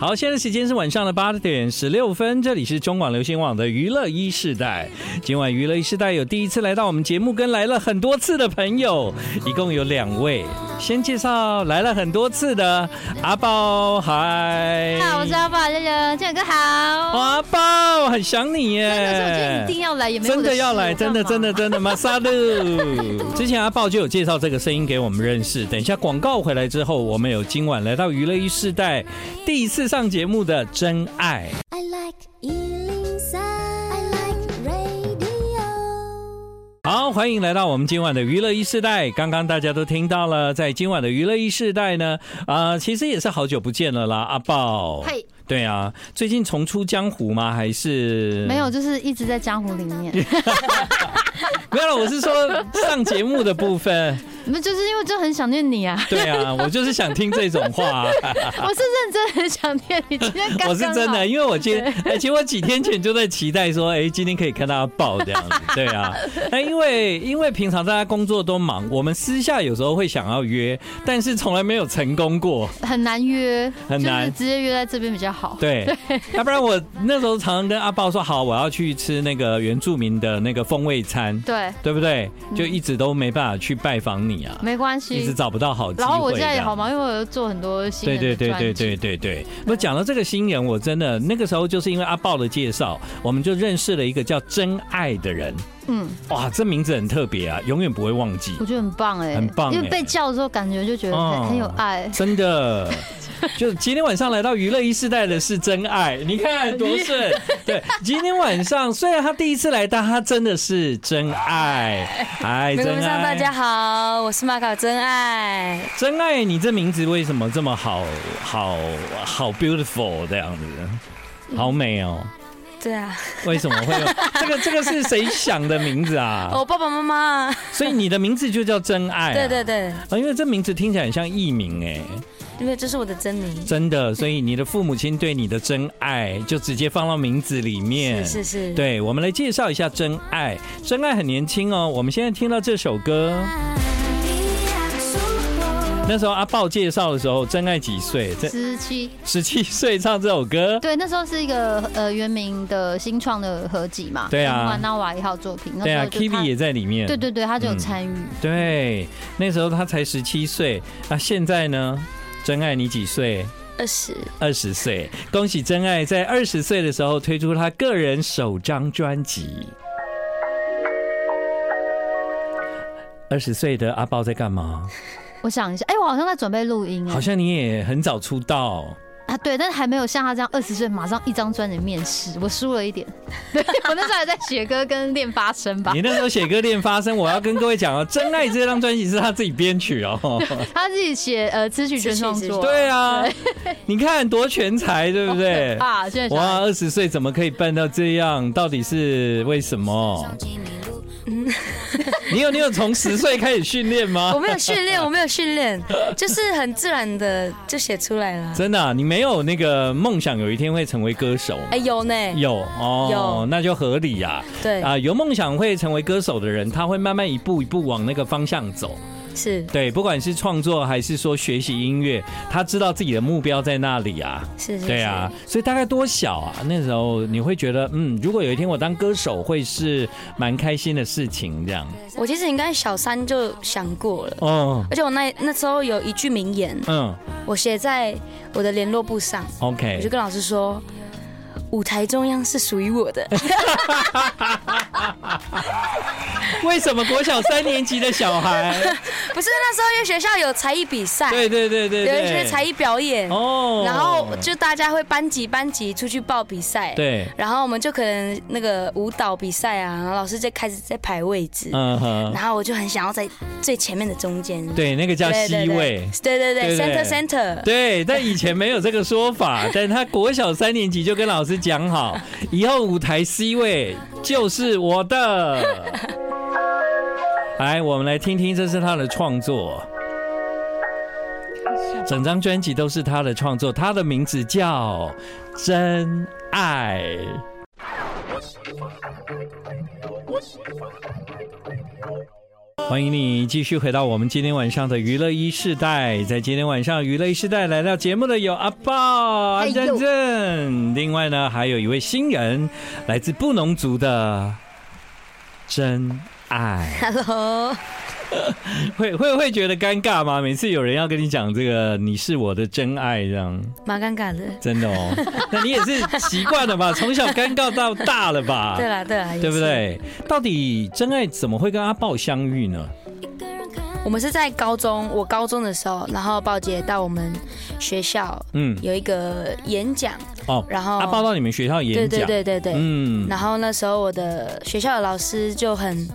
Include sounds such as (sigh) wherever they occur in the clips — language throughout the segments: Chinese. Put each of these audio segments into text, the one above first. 好，现在时间是晚上的八点十六分，这里是中广流行网的娱乐一世代。今晚娱乐一世代有第一次来到我们节目跟来了很多次的朋友，一共有两位。先介绍来了很多次的阿豹，嗨，好，我是阿爸，这个建哥好。阿豹，很想你耶。真的是，我今天一定要来，也没有真的要来，事真的真的。真的，马 (laughs) 萨路。之前阿豹就有介绍这个声音给我们认识。等一下广告回来之后，我们有今晚来到娱乐一世代第一次上节目的真爱。 I like Ealing Sound. I like radio. 好，欢迎来到我们今晚的娱乐一世代。刚刚大家都听到了，在今晚的娱乐一世代呢，啊、其实也是好久不见了啦，阿豹。嘿，对啊，最近重出江湖吗？还是没有，？就是一直在江湖里面。没有了，我是说上节目的部分。你们就是因为就很想念你啊，对啊，我就是想听这种话啊、我是认真很想念你。今天刚刚我是真好的，因为我今天，哎，其实我几天前就在期待说，哎，今天可以看到他爆这样子， (laughs) 对啊。那因为因为平常大家工作都忙，我们私下有时候会想要约，但是从来没有成功过，很难约，很难就是直接约在这边比较好。对。要不然我那时候常常跟阿豹说，好，我要去吃那个原住民的那个风味餐，对，对不对？就一直都没办法去拜访你啊，没关一直系。找不到好机会。然后我现在也这样好忙，因为我有做很多新对人对的对专对辑对对对。我讲到这个新人，我真的那个时候就是因为阿豹的介绍，我们就认识了一个叫真爱的人。嗯，哇，这名字很特别啊，永远不会忘记我，觉得很棒哎，很棒哎因为被叫的时候感觉就觉得哦很很有爱。真的。 (laughs) 就今天晚上来到娱乐一世代的是真爱，你看多 (laughs) 顺。对，今天晚上虽然他第一次来，但他真的是真爱。 (laughs) 哎，各位真观众大家爱，好，我是马考真爱。真爱，你这名字为什么这么好好好 beautiful 这样嗯子，好美哦。对啊， (laughs) 为什么会有这个？这个是谁想的名字 (laughs) 啊？我哦爸爸妈妈。所以你的名字就叫真爱、啊。对对对，啊，因为这名字听起来很像艺名哎，因为这是我的真名。真的。所以你的父母亲对你的真爱就直接放到名字里面。是是是。对，我们来介绍一下真爱。真爱很年轻哦，我们现在听到这首歌。那时候阿豹介绍的时候，真爱几岁？这十七，十七岁唱这首歌。对，那时候是一个呃原名的新创的合集嘛，对啊瓦纳瓦一号作品，那对时啊候就他，Kivi 也在里面。对对对，他就有嗯参与，对，那时候他才十七岁，那现在呢？真爱你几岁？二十，二十岁。恭喜真爱在二十岁的时候推出他个人首张专辑。二十岁的阿豹在干嘛？我想一下，哎、我好像在准备录音哎好像你也很早出道，啊，对，但是还没有像他这样二十岁马上一张专辑面试，我输了一点。 (laughs) 对我那时候还在写歌跟练发声吧你，那时候写歌练发声。我要跟各位讲哦，《真爱》这张专辑是他自己编曲哦。他自己写呃词曲全创作，对啊，你看多全才，对不 (laughs) 对？啊，现在想哇，来二十岁怎么可以办到这样？到底是为什么？你有你有从十岁开始训练吗我？没有训 (laughs) 练，我没有训练，就是很自然的就写出来 (laughs) 了。真的啊、你没有那个梦想，有一天会成为歌手吗？哎，有呢，有哦，有那就合理呀、啊。对，有梦想会成为歌手的人，他会慢慢一步一步往那个方向走。是对，不管是创作还是说学习音乐，他知道自己的目标在那里啊。是是。对啊，所以大概多小啊？那时候你会觉得，嗯，如果有一天我当歌手，会是蛮开心的事情，这样。是，我其实应该小三就想过了，哦，而且我那那时候有一句名言，嗯我写在我的联络簿上，我就，OK，跟老师说，舞台中央是属于 (laughs) 我的。为什么国小三年级的小 (laughs) 孩？不是那时候，因为学校有才艺比赛，对对对对有一些对，才艺表演，哦然后就大家会班级班级出去报比赛，，对，然后我们就可能那个舞蹈比赛啊，然后老师就开始在排位置，嗯哼，然后我就很想要在最前面的中间，对，那个叫对， C 位。对对对对对，center center，对，但以前没有这个说 (laughs) 法，但他国小三年级就跟老师讲好，以后舞台 C 位就是我 (laughs) 的。来，我们来听听，这是他的创作，整张专辑都是他的创作，他的名字叫真爱。欢迎你继续回到我们今天晚上的娱乐一世代。在今天晚上娱乐一世代来到节目的有阿豹、哎安呦正正，另外呢还有一位新人，来自布农族的真爱。 Hello，会会会觉得尴尬吗？每次有人要跟你讲这个“你是我的真爱”这样，蛮尴尬的。真的 (laughs) 哦。那你也是习惯了吧？从小尴尬到大了吧？对啦，对啦，啊也对不是？对？到底真爱怎么会跟阿豹相遇呢？我们是在高中，我高中的时候，然后鲍姐到我们学校嗯，有一个演讲，哦，然后阿豹到你们学校演对讲，对对对对，嗯，然后那时候我的学校的老师就很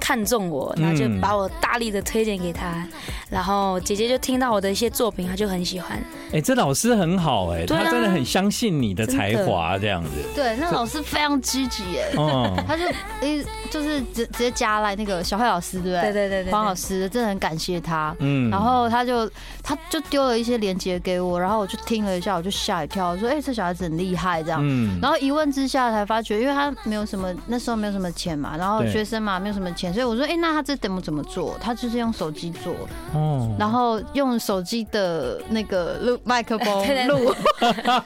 看重我，然后就嗯把我大力的推荐给他，然后姐姐就听到我的一些作品，她就很喜欢。哎，这老师很好哎，对啊他真的很相信你的才华这样子，对，那老师非常积极耶，哦，他就一就是直直接加来那个小慧老师，对不对对？对对对，黄老师师真的很感谢他。嗯 (laughs) 然后他就他就丢了一些链接给我，然后我就听了一下，我就吓一跳，我说：“哎、这小孩子很厉害。”这样，嗯然后一问之下才发觉，因为他没有什么那时候没有什么钱嘛，然后对学生嘛没有什么钱，所以我说：“哎、那他这怎么怎么做？他就是用手机做，哦，然后用手机的那个录麦克对对 (laughs) 风对录，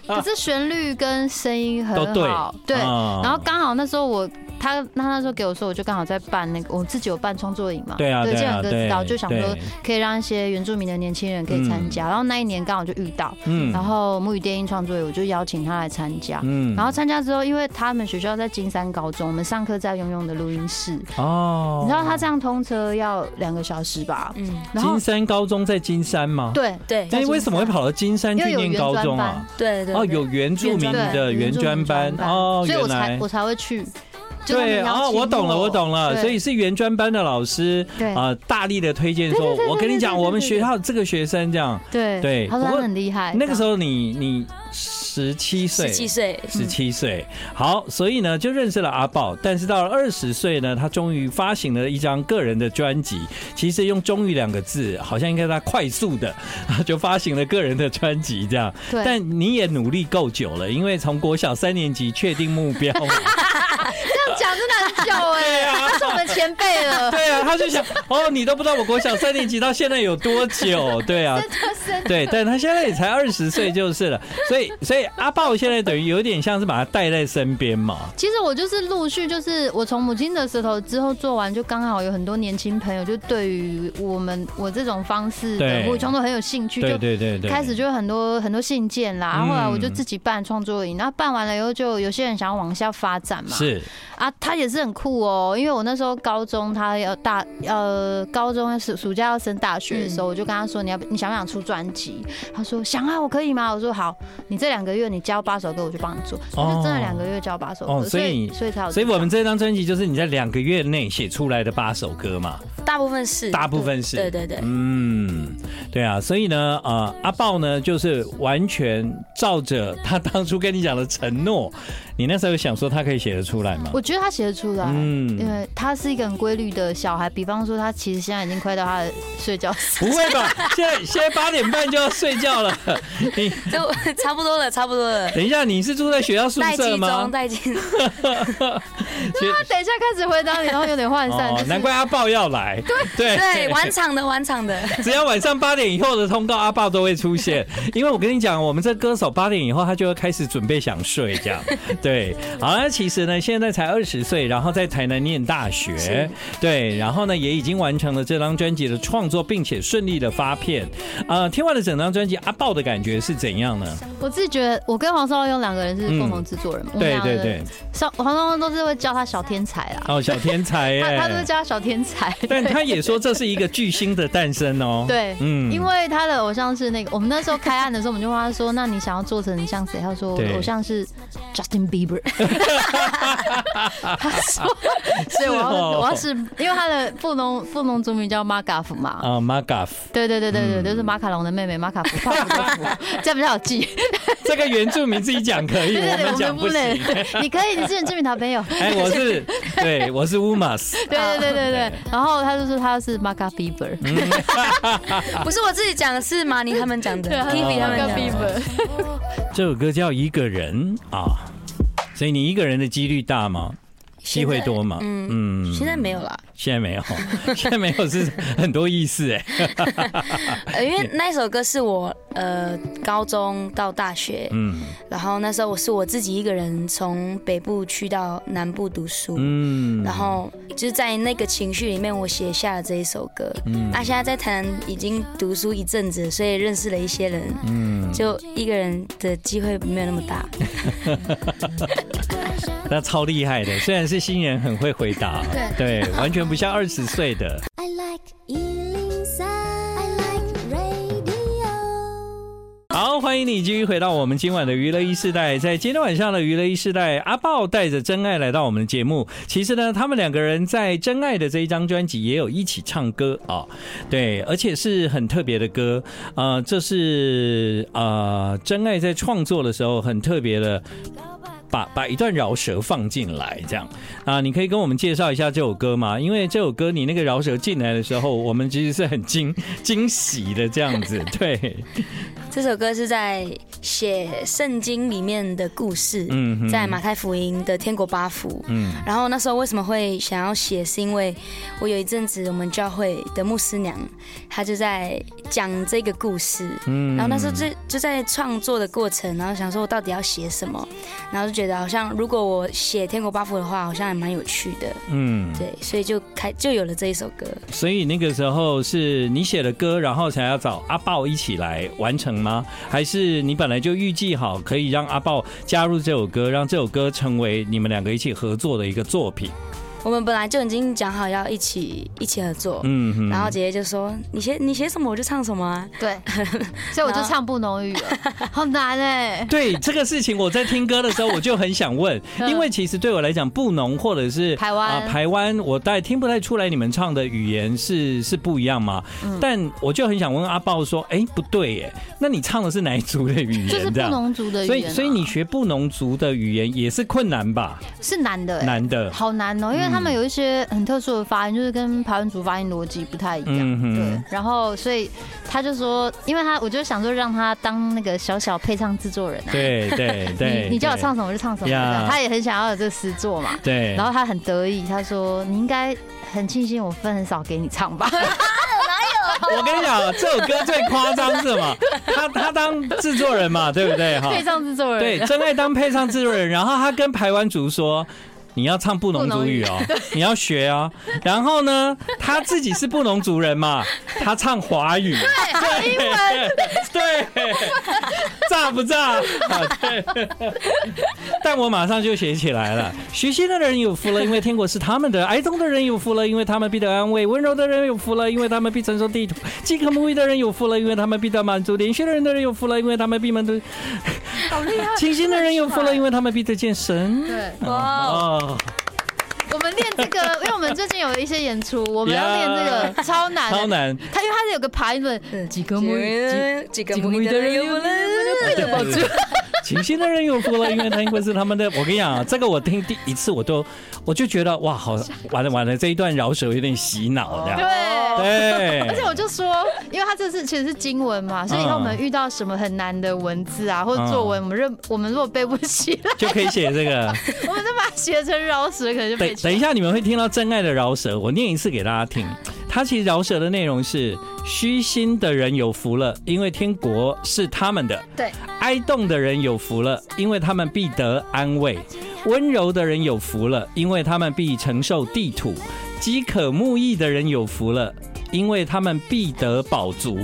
可是旋律跟声音都很对好，对。啊然后刚好那时候我他他那时候给我说，我就刚好在办那个我自己有办创作营嘛，对啊，对建啊，勇哥对知道，就想说对可以让一些原住民的年轻人可以参加。然后那一年刚好就遇到，嗯然后母语电音创作营，我就邀请他来参加。嗯然后参加之后，因为他们学校在金山高中，我们上课在永永的录音室，哦，你知道他这样通车要两个小时吧？嗯，然后金山高中在金山吗？对对那在你金哎为什么会山跑到金山去因为有念原高专中班啊？嗯对对哦，对有原住民的对原专班原住民专班哦，所以原我才来我才会去。就他们对邀哦，请我懂了，我懂了，对所以是原专班的老师对啊，大力的推荐说，我跟你讲，我们学校这个学生这样，对对他说不过他很厉害。那个时候候你你十七岁十。七岁，嗯十七岁，好，所以呢就认识了阿豹，但是到了二十岁呢，他终于发行了一张个人的专辑。其实用“终于”两个字，好像应该他快速的 (laughs) 就发行了个人的专辑这样。对，但你也努力够久了，因为从国小三年级确定目 (laughs) 标嘛。这样讲真的很久 (laughs) 哎、他是我们前辈了，对啊，他就想，哦，你都不知道我国小三年级到现在有多久，对啊，就是对，但他现在也才二十岁就是了，所以所以阿豹现在等于有点像是把他带在身边嘛，其实我就是陆续，就是我从母亲的舌头之后做完，就刚好有很多年轻朋友就对于我们我这种方式的对母语创作很有兴趣，对就对对对，开始就有很多很多信件啦。然后后来嗯我就自己办创作营，然后办完了以后，就有些人想要往下发展嘛，是啊，他也是很酷哦，因为我那时候高中他要大呃，高中暑暑假要升大学的时候，我就跟他说你要不你想不想出专辑？他说想啊，我可以吗？我说好，你这两个月你交八首歌，我就帮你做。他就真的两个月交八首歌，哦所所以以所以才有这张，所以我们这张专辑就是你在两个月内写出来的八首歌嘛， (laughs) 大部分是大部分是对对对，嗯，对啊，所以呢，呃，阿豹呢，就是完全照着他当初跟你讲的承诺，你那时候有想说他可以写得出来吗？我觉得他写得出来。因嗯，为他是一个很规律的小孩，比方说他其实现在已经快到他的睡觉时不会吧？ (laughs) 现在现在八点半就要睡觉了，你就 (laughs) 差不多了，差不多了。等一下，你是住在学校宿待舍机吗中，？待机中，学他等一下开始回答你，然后有点涣散。哦就，是难怪阿豹要来， (laughs) 对对，晚场的，晚 (laughs) 场的，只要晚上八点以后的通告，阿豹都会出 (laughs) 现。因为我跟你讲，我们这歌手八点以后，他就会开始准备想睡这样。对，好那其实呢，现在才二十岁，然后在台南念大学是，对，然后呢也已经完成了这张专辑的创作，并且顺利的发片。呃，听完了整张专辑，阿豹的感觉是怎样呢？我自己觉得，我跟黄少用两个人是共同制作人嘛，我嗯们对两个对人对，少黄东东都是会叫他小天才啦，哦，小天才他 (laughs) 他都耶会，叫他小天才。但他也说这是一个巨星的诞生哦。 (laughs) 对，嗯因为他的偶像是那个，我们那时候开案的时候，我们就问他说：“那你想要做成像谁？”他说：“我对的偶像是 Justin (laughs) Bieber。”他说：“所以我要是哦我要是因为他的富农富农族名叫 Magaf 嘛。”啊嗯 m a g a f 对对对对对，就是马卡龙的妹妹马卡福，帕福的福，这样比较有 (laughs) 记。这个原住民自己讲可以， (laughs) 对对我对，们我讲们不不行。能。你可以，你是很知名的朋友。 (laughs) 哎，我 (laughs) 啊是对，我是 Umas， (laughs) 对对对对对对，然后他就说他是 m a g a Bieber，不是我自己讲，是马尼他们讲的 t v 他们讲的。这首歌叫《一个人》啊，所以你一个人的几率大吗？机会多嘛。嗯，嗯现在没有啦，现在没有， (laughs) 现在没有是很多意思哎。呃，因 (laughs) 为那首歌是我呃高中到大学，嗯然后那时候我是我自己一个人从北部去到南部读书，嗯，然后就是在那个情绪里面，我写下了这一首歌。嗯那、现在在台南已经读书一阵子，所以认识了一些人，嗯，就一个人的机会没有那么 (laughs) 大。那超厉害的，虽然是新人，很会回答，对，完全不像二十岁的。 I like Ealing Sound. I like radio. 好，欢迎你继续回到我们今晚的娱乐一世代。在今天晚上的娱乐一世代，阿豹带着真爱来到我们的节目。其实呢，他们两个人在《真爱》的这一张专辑也有一起唱歌啊、对，而且是很特别的歌。呃，这是呃，真爱在创作的时候很特别的。把把一段饶舌放进来，这样啊，你可以跟我们介绍一下这首歌吗？因为这首歌你那个饶舌进来的时候，我们其实是很惊惊喜的这样子，对，这首歌是在写圣经里面的故事，嗯哼在马太福音的天国八福。嗯。然后那时候为什么会想要写，是因为我有一阵子我们教会的牧师娘，她就在讲这个故事，嗯然后那时候就就在创作的过程，然后想说我到底要写什么，然后就觉得好像如果我写天国八福的话，好像还蛮有趣的，嗯，对，所以就开就有了这一首歌，所以那个时候是你写的歌，然后才要找阿豹一起来完成吗？还是你本来就预计好可以让阿豹加入这首歌，让这首歌成为你们两个一起合作的一个作品？我们本来就已经讲好要一起一起合作。嗯哼，然后姐姐就说：“你写你写什么我就唱什么啊。对， (laughs) 所以我就唱不浓郁了，好难哎、对这个事情，我在听歌的时候我就很想问，嗯因为其实对我来讲，布农或者是台湾啊台湾，我大概听不太出来你们唱的语言是是不一样嘛。但我就很想问阿豹说，哎，不对耶，那你唱的是哪一族的语言？就是这不样浓族的语所言以啊、，所以你学布农族的语言也是困难吧？是难的、欸，难嗯的。好难哦、因为他们有一些很特殊的发音，就是跟台湾族发音逻辑不太一样。嗯哼对，然后所以他就说，因为他我就想说让他当那个小小配唱制作人啊，对 (laughs) 对对，你你叫我对唱。什么我就唱什么，呀这样他也很想要有这个诗作嘛。对，然后他很得意，他说：“你应该很庆幸我分很少给你唱吧。我跟你讲，这首歌最夸张是什么？ (laughs) 他他当制作人嘛，对不对？”哈， (laughs) 配唱制作人，对， (laughs) 真爱当配唱制作人，然后他跟台湾族说。你要唱布农族语 (laughs) 哦，你要学哦。然后呢，他自己是布农族人嘛，他唱华 (laughs) 语，对，英文，对，炸不炸？啊对。但我马上就写起来了。学习的人有福了，因为天国是他们的；哀痛的人有福了，因为他们必得安慰；温柔的人有福了，因为他们必承受地土；饥渴沐浴的人有福了，因为他们必得满足；连续的人的人有福了，因为他们必满足。好厉害清新的人有福了，因为他们必得见神。对，哇，哦，我们练这个， (laughs) 因为我们最近有一些演出，我们要练这个超难，超。难！他因为他是有个排论，几个母语，几个几个母母语语的的人人有有不不能对对对清新的人有福了，因为他因为是他们的。我跟你讲啊，这个我听第一次我都我就觉得哇，好完了完了，这一段饶舌有点洗脑对的。。而且对，我就说，因为他这次其实是经文嘛，嗯所以以后我们遇到什么很难的文字啊，或者作文，我们认我们如果背不起来， (laughs) 就可以写这个。我们就把它写成饶舌，可能就等背起等来。一下，你们会听到真爱的饶舌，我念一次给大家听。嗯它其实饶舌的内容是：虚心的人有福了，因为天国是他们的；对，哀动的人有福了，因为他们必得安慰；温柔的人有福了，因为他们必承受地土；饥渴慕义的人有福了，因为他们必得饱足；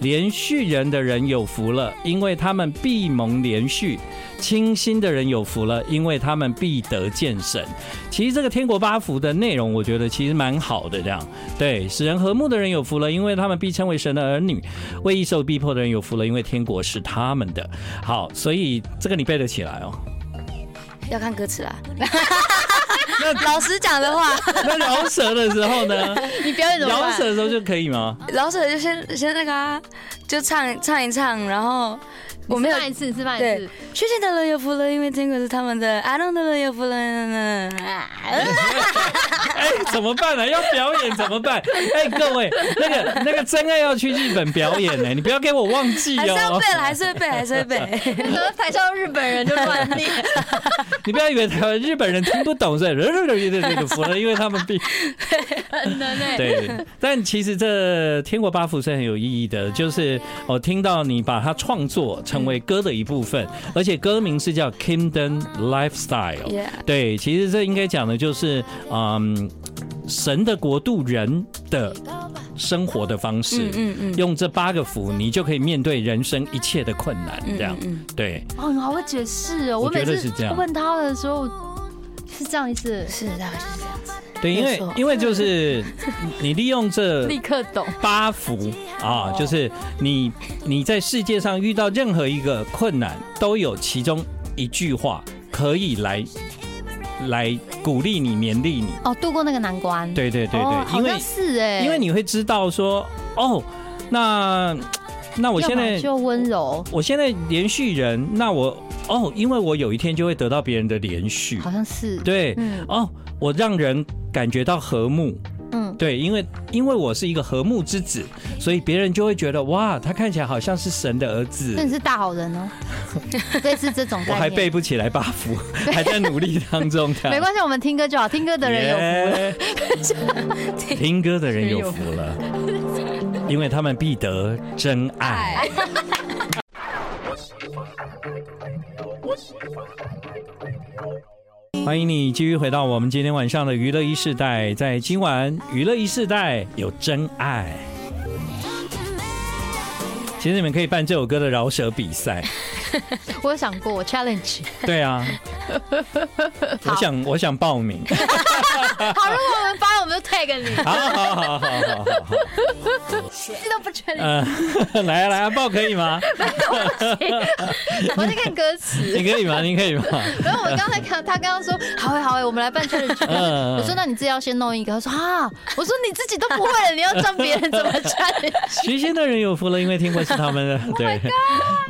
连续人的人有福了，因为他们必蒙连续；清心的人有福了，因为他们必得见神。其实这个天国八福的内容，我觉得其实蛮好的，这样对使人和睦的人有福了，因为他们必称为神的儿女；为义受逼迫的人有福了，因为天国是他们的。好，所以这个你背得起 (laughs) 来哦。要看歌词啦。那老师讲的话，那饶舌的时候呢？你表演怎么饶办？舌的时候就可以吗？老师就先先那个啊，就唱唱一唱，然后我没有一次，示范一对次。，学习的人有福了，因为天国是他们的；阿东的人有福了。哎，怎么办呢、要表演怎么办？哎，各位，那个那个真爱要去日本表演呢、你不要给我忘记还是要哦背。了，还是会背，还是会背。 (laughs) 台上日本人就乱念，你不要以为台湾日本人听不懂呃这这个符了，因为他们比很能欸 (laughs) 哎对，但其实这《天国八福》是很有意义的，就是我听到你把它创作成为歌的一部分，而且歌名是叫《Kingdom Lifestyle》。 Yeah，对，其实这应该讲的就是，嗯，神的国度人的生活的方式嗯，嗯嗯，用这八个福，你就可以面对人生一切的困难。嗯这样嗯，嗯对，哦，你好会解释哦！我我每觉得次是这样问他的时候是这样意思，是大概是这样子。对，因为没错因为 (laughs) 就是你利用这立刻懂。八福啊，哦就是你你在世界上遇到任何一个困难，都有其中一句话可以来来鼓励你、勉励你。哦，度过那个难关。对对对哦对，因好为像是哎，因为你会知道说，哦，那那我要现么在就温柔，我现在连续人，那我哦，因为我有一天就会得到别人的连续好，像是。，对，嗯哦，我让人感觉到和睦，嗯，对，因为因为我是一个和睦之子，所以别人就会觉得哇，他看起来好像是神的儿子那。你是大好人 (laughs) 哦，类似这种概我念。还背不起来 buff，还在努力当中的。没关系，我们听歌就好，听歌的人有福。有福 (laughs) 听歌的人有福了，因为他们必得真爱。欢迎你继续回到我们今天晚上的娱乐一世代，在今晚娱乐一世代有真爱。其实你们可以办这首歌的饶舌比 (laughs) 赛，我有想过，我 challenge。对啊，我想我想报名，好，如果我们发，我们就 tag 你，好好好好好好好。这都不 challenge。嗯， (laughs) 来啊来啊，抱可以吗？我在看歌 (laughs) 词你，可以吗？你可 (laughs) 以吗？嗯然后我刚才看他刚刚说，好哎好哎，我们来办 (laughs) challenge。嗯我说那你自己要先弄一个，他说啊，我说你自己都不会了，你要教别人怎么 challenge？其实的人有福了，因为天国是他 (laughs) 们的，Oh 对。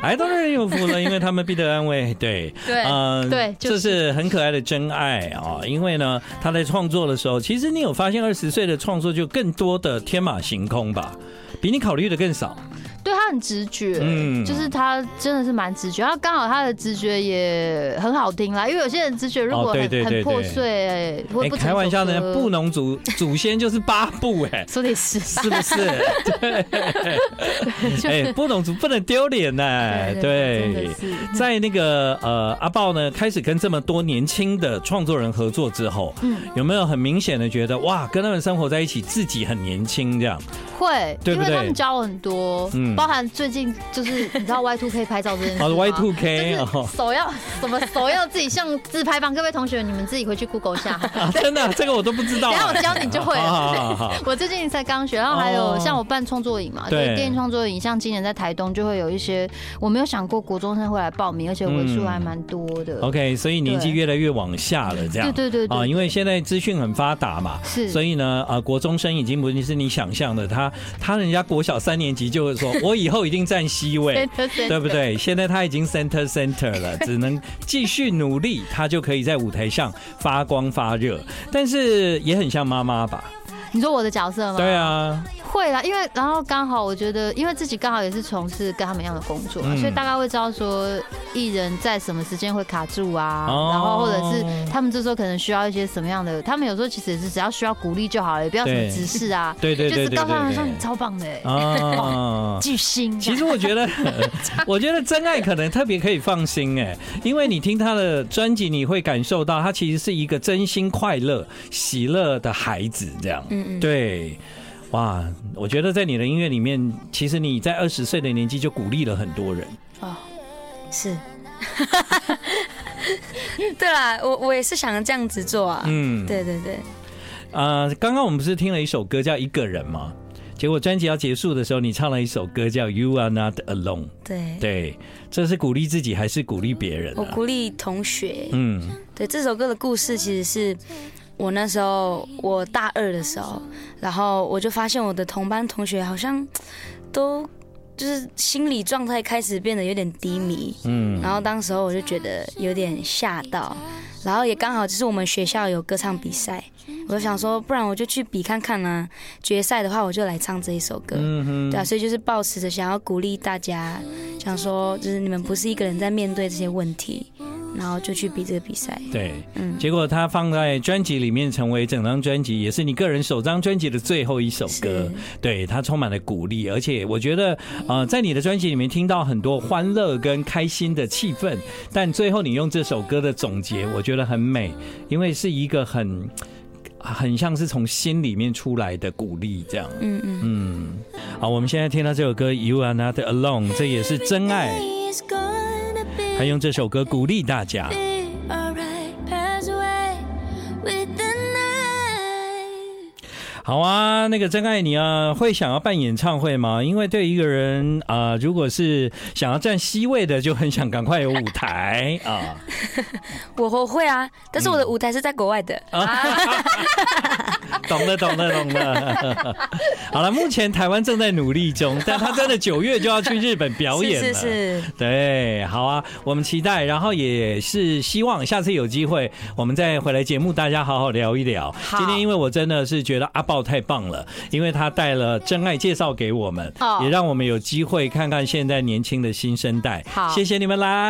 爱豆的人有福了，因为他们必得安 (laughs) 慰，对，嗯对对就这是很可爱的真爱啊、因为呢，他在创作的时候，其实你有发现，二十岁的创作就更多的天马行空吧，比你考虑的更少。对他很直觉，嗯就是他真的是蛮直觉，他刚好他的直觉也很好听啦，因为有些人直觉如果哦很、对对对很破对碎，哎、会不成开玩笑首的，歌布农族祖先就是八部、哎，说的也是吧，是不是？就哎、布农族不能丢脸呢，真的是在那个呃阿豹呢开始跟这么多年轻的创作人合作之后，嗯有没有很明显的觉得哇，跟他们生活在一起，自己很年轻这 (laughs) 样？会，对不因为他对们教我很多，嗯包含最近就是你知道 Y two K 拍照这件事好的吗，Y 哦 two 就 K 哦是。手要什么手要自己像自拍棒，各位同学你们自己回去 Google 一下，啊，真 (laughs) 的啊、这个我都不知道、等一啊。下我教你就会 (laughs) 了好好好好好我最近才刚学，然后还有哦像我办创作营嘛，对对，电影创作营，像今年在台东就会有一些，我没有想过国中生会来报名，而且人数还蛮多的。 OK，所以年纪对越来越往下了，嗯哦这样。对对对对啊，因为现在资讯很发达嘛，是所以呢，啊，国中生已经不是你想象的，他他人家国小三年级就会说， (laughs) 我以后一定占 C 位。 (laughs) 对 (laughs) 对不？对？现在他已经 center center 了， (laughs) 只能继续努力，他就可以在舞台上发光发热。但是也很像妈妈吧？你说我的角色吗？对，啊，会啦，因为然后刚好我觉得，因为自己刚好也是从事跟他们一样的工作啊，嗯所以大概会知道说艺人在什么时间会卡住啊，哦然后或者是他们这时候可能需要一些什么样的，他们有时候其实也是只要需要鼓励就好了，也不要什么对指示啊，对对就对是对告诉他们对说对你超棒的欸，啊。巨星。其实我觉 (laughs) 得，我觉得真爱可能特别可以放心哎，因为你听他的专辑，你会感受到他其实是一个真心快乐、喜乐的孩子这样。嗯嗯，对，哇，我觉得在你的音乐里面，其实你在二十岁的年纪就鼓励了很多人。是。对啦，我我也是想这样子做啊。嗯，对对对，呃，刚刚我们不是听了一首歌叫《一个人》吗？结果专辑要结束的时候，你唱了一首歌叫《You Are Not Alone》。对，对，这是鼓励自己还是鼓励别人、嗯我啊？鼓励同学。嗯，对，这首歌的故事其实是我那时候我大二的时候，然后我就发现我的同班同学好像都就是心理状态开始变得有点低迷。嗯，然后当时候我就觉得有点吓到，然后也刚好就是我们学校有歌唱比赛，我就想说，不然我就去比看看啊。决赛的话，我就来唱这一首歌。嗯对啊，哼，所以就是抱持着想要鼓励大家，想说就是你们不是一个人在面对这些问题，然后就去比这个比赛。对，嗯，结果他放在专辑里面，成为整张专辑，也是你个人首张专辑的最后一首歌是。对，它充满了鼓励，而且我觉得，呃，在你的专辑里面听到很多欢乐跟开心的气氛，但最后你用这首歌的总结，我觉得很美，因为是一个很。很像是从心里面出来的鼓励，这样。嗯嗯。嗯，好，我们现在听到这首歌《You Are Not Alone》，这也是真爱。 It's gonna be 他用这首歌鼓励大家。 be alright. Pass away with the night. 好啊，那个真爱你啊，会想要办演唱会吗？因为对一个人啊、如果是想要占 C 位的，就很想赶快有舞台啊。我我会啊，但是我的舞台是在国外的。啊 (laughs) 懂了，懂了，懂了。 (laughs) 好了，目前台湾正在努力中，但他真的九月就要去日本表演啊了。是是是，对，好啊，我们期待，然后也是希望下次有机会，我们再回来节目，大家好好聊一聊。今天因为我真的是觉得阿豹太棒了，因为他带了真爱介绍给我们，哦也让我们有机会看看现在年轻的新生代。好谢谢你们来。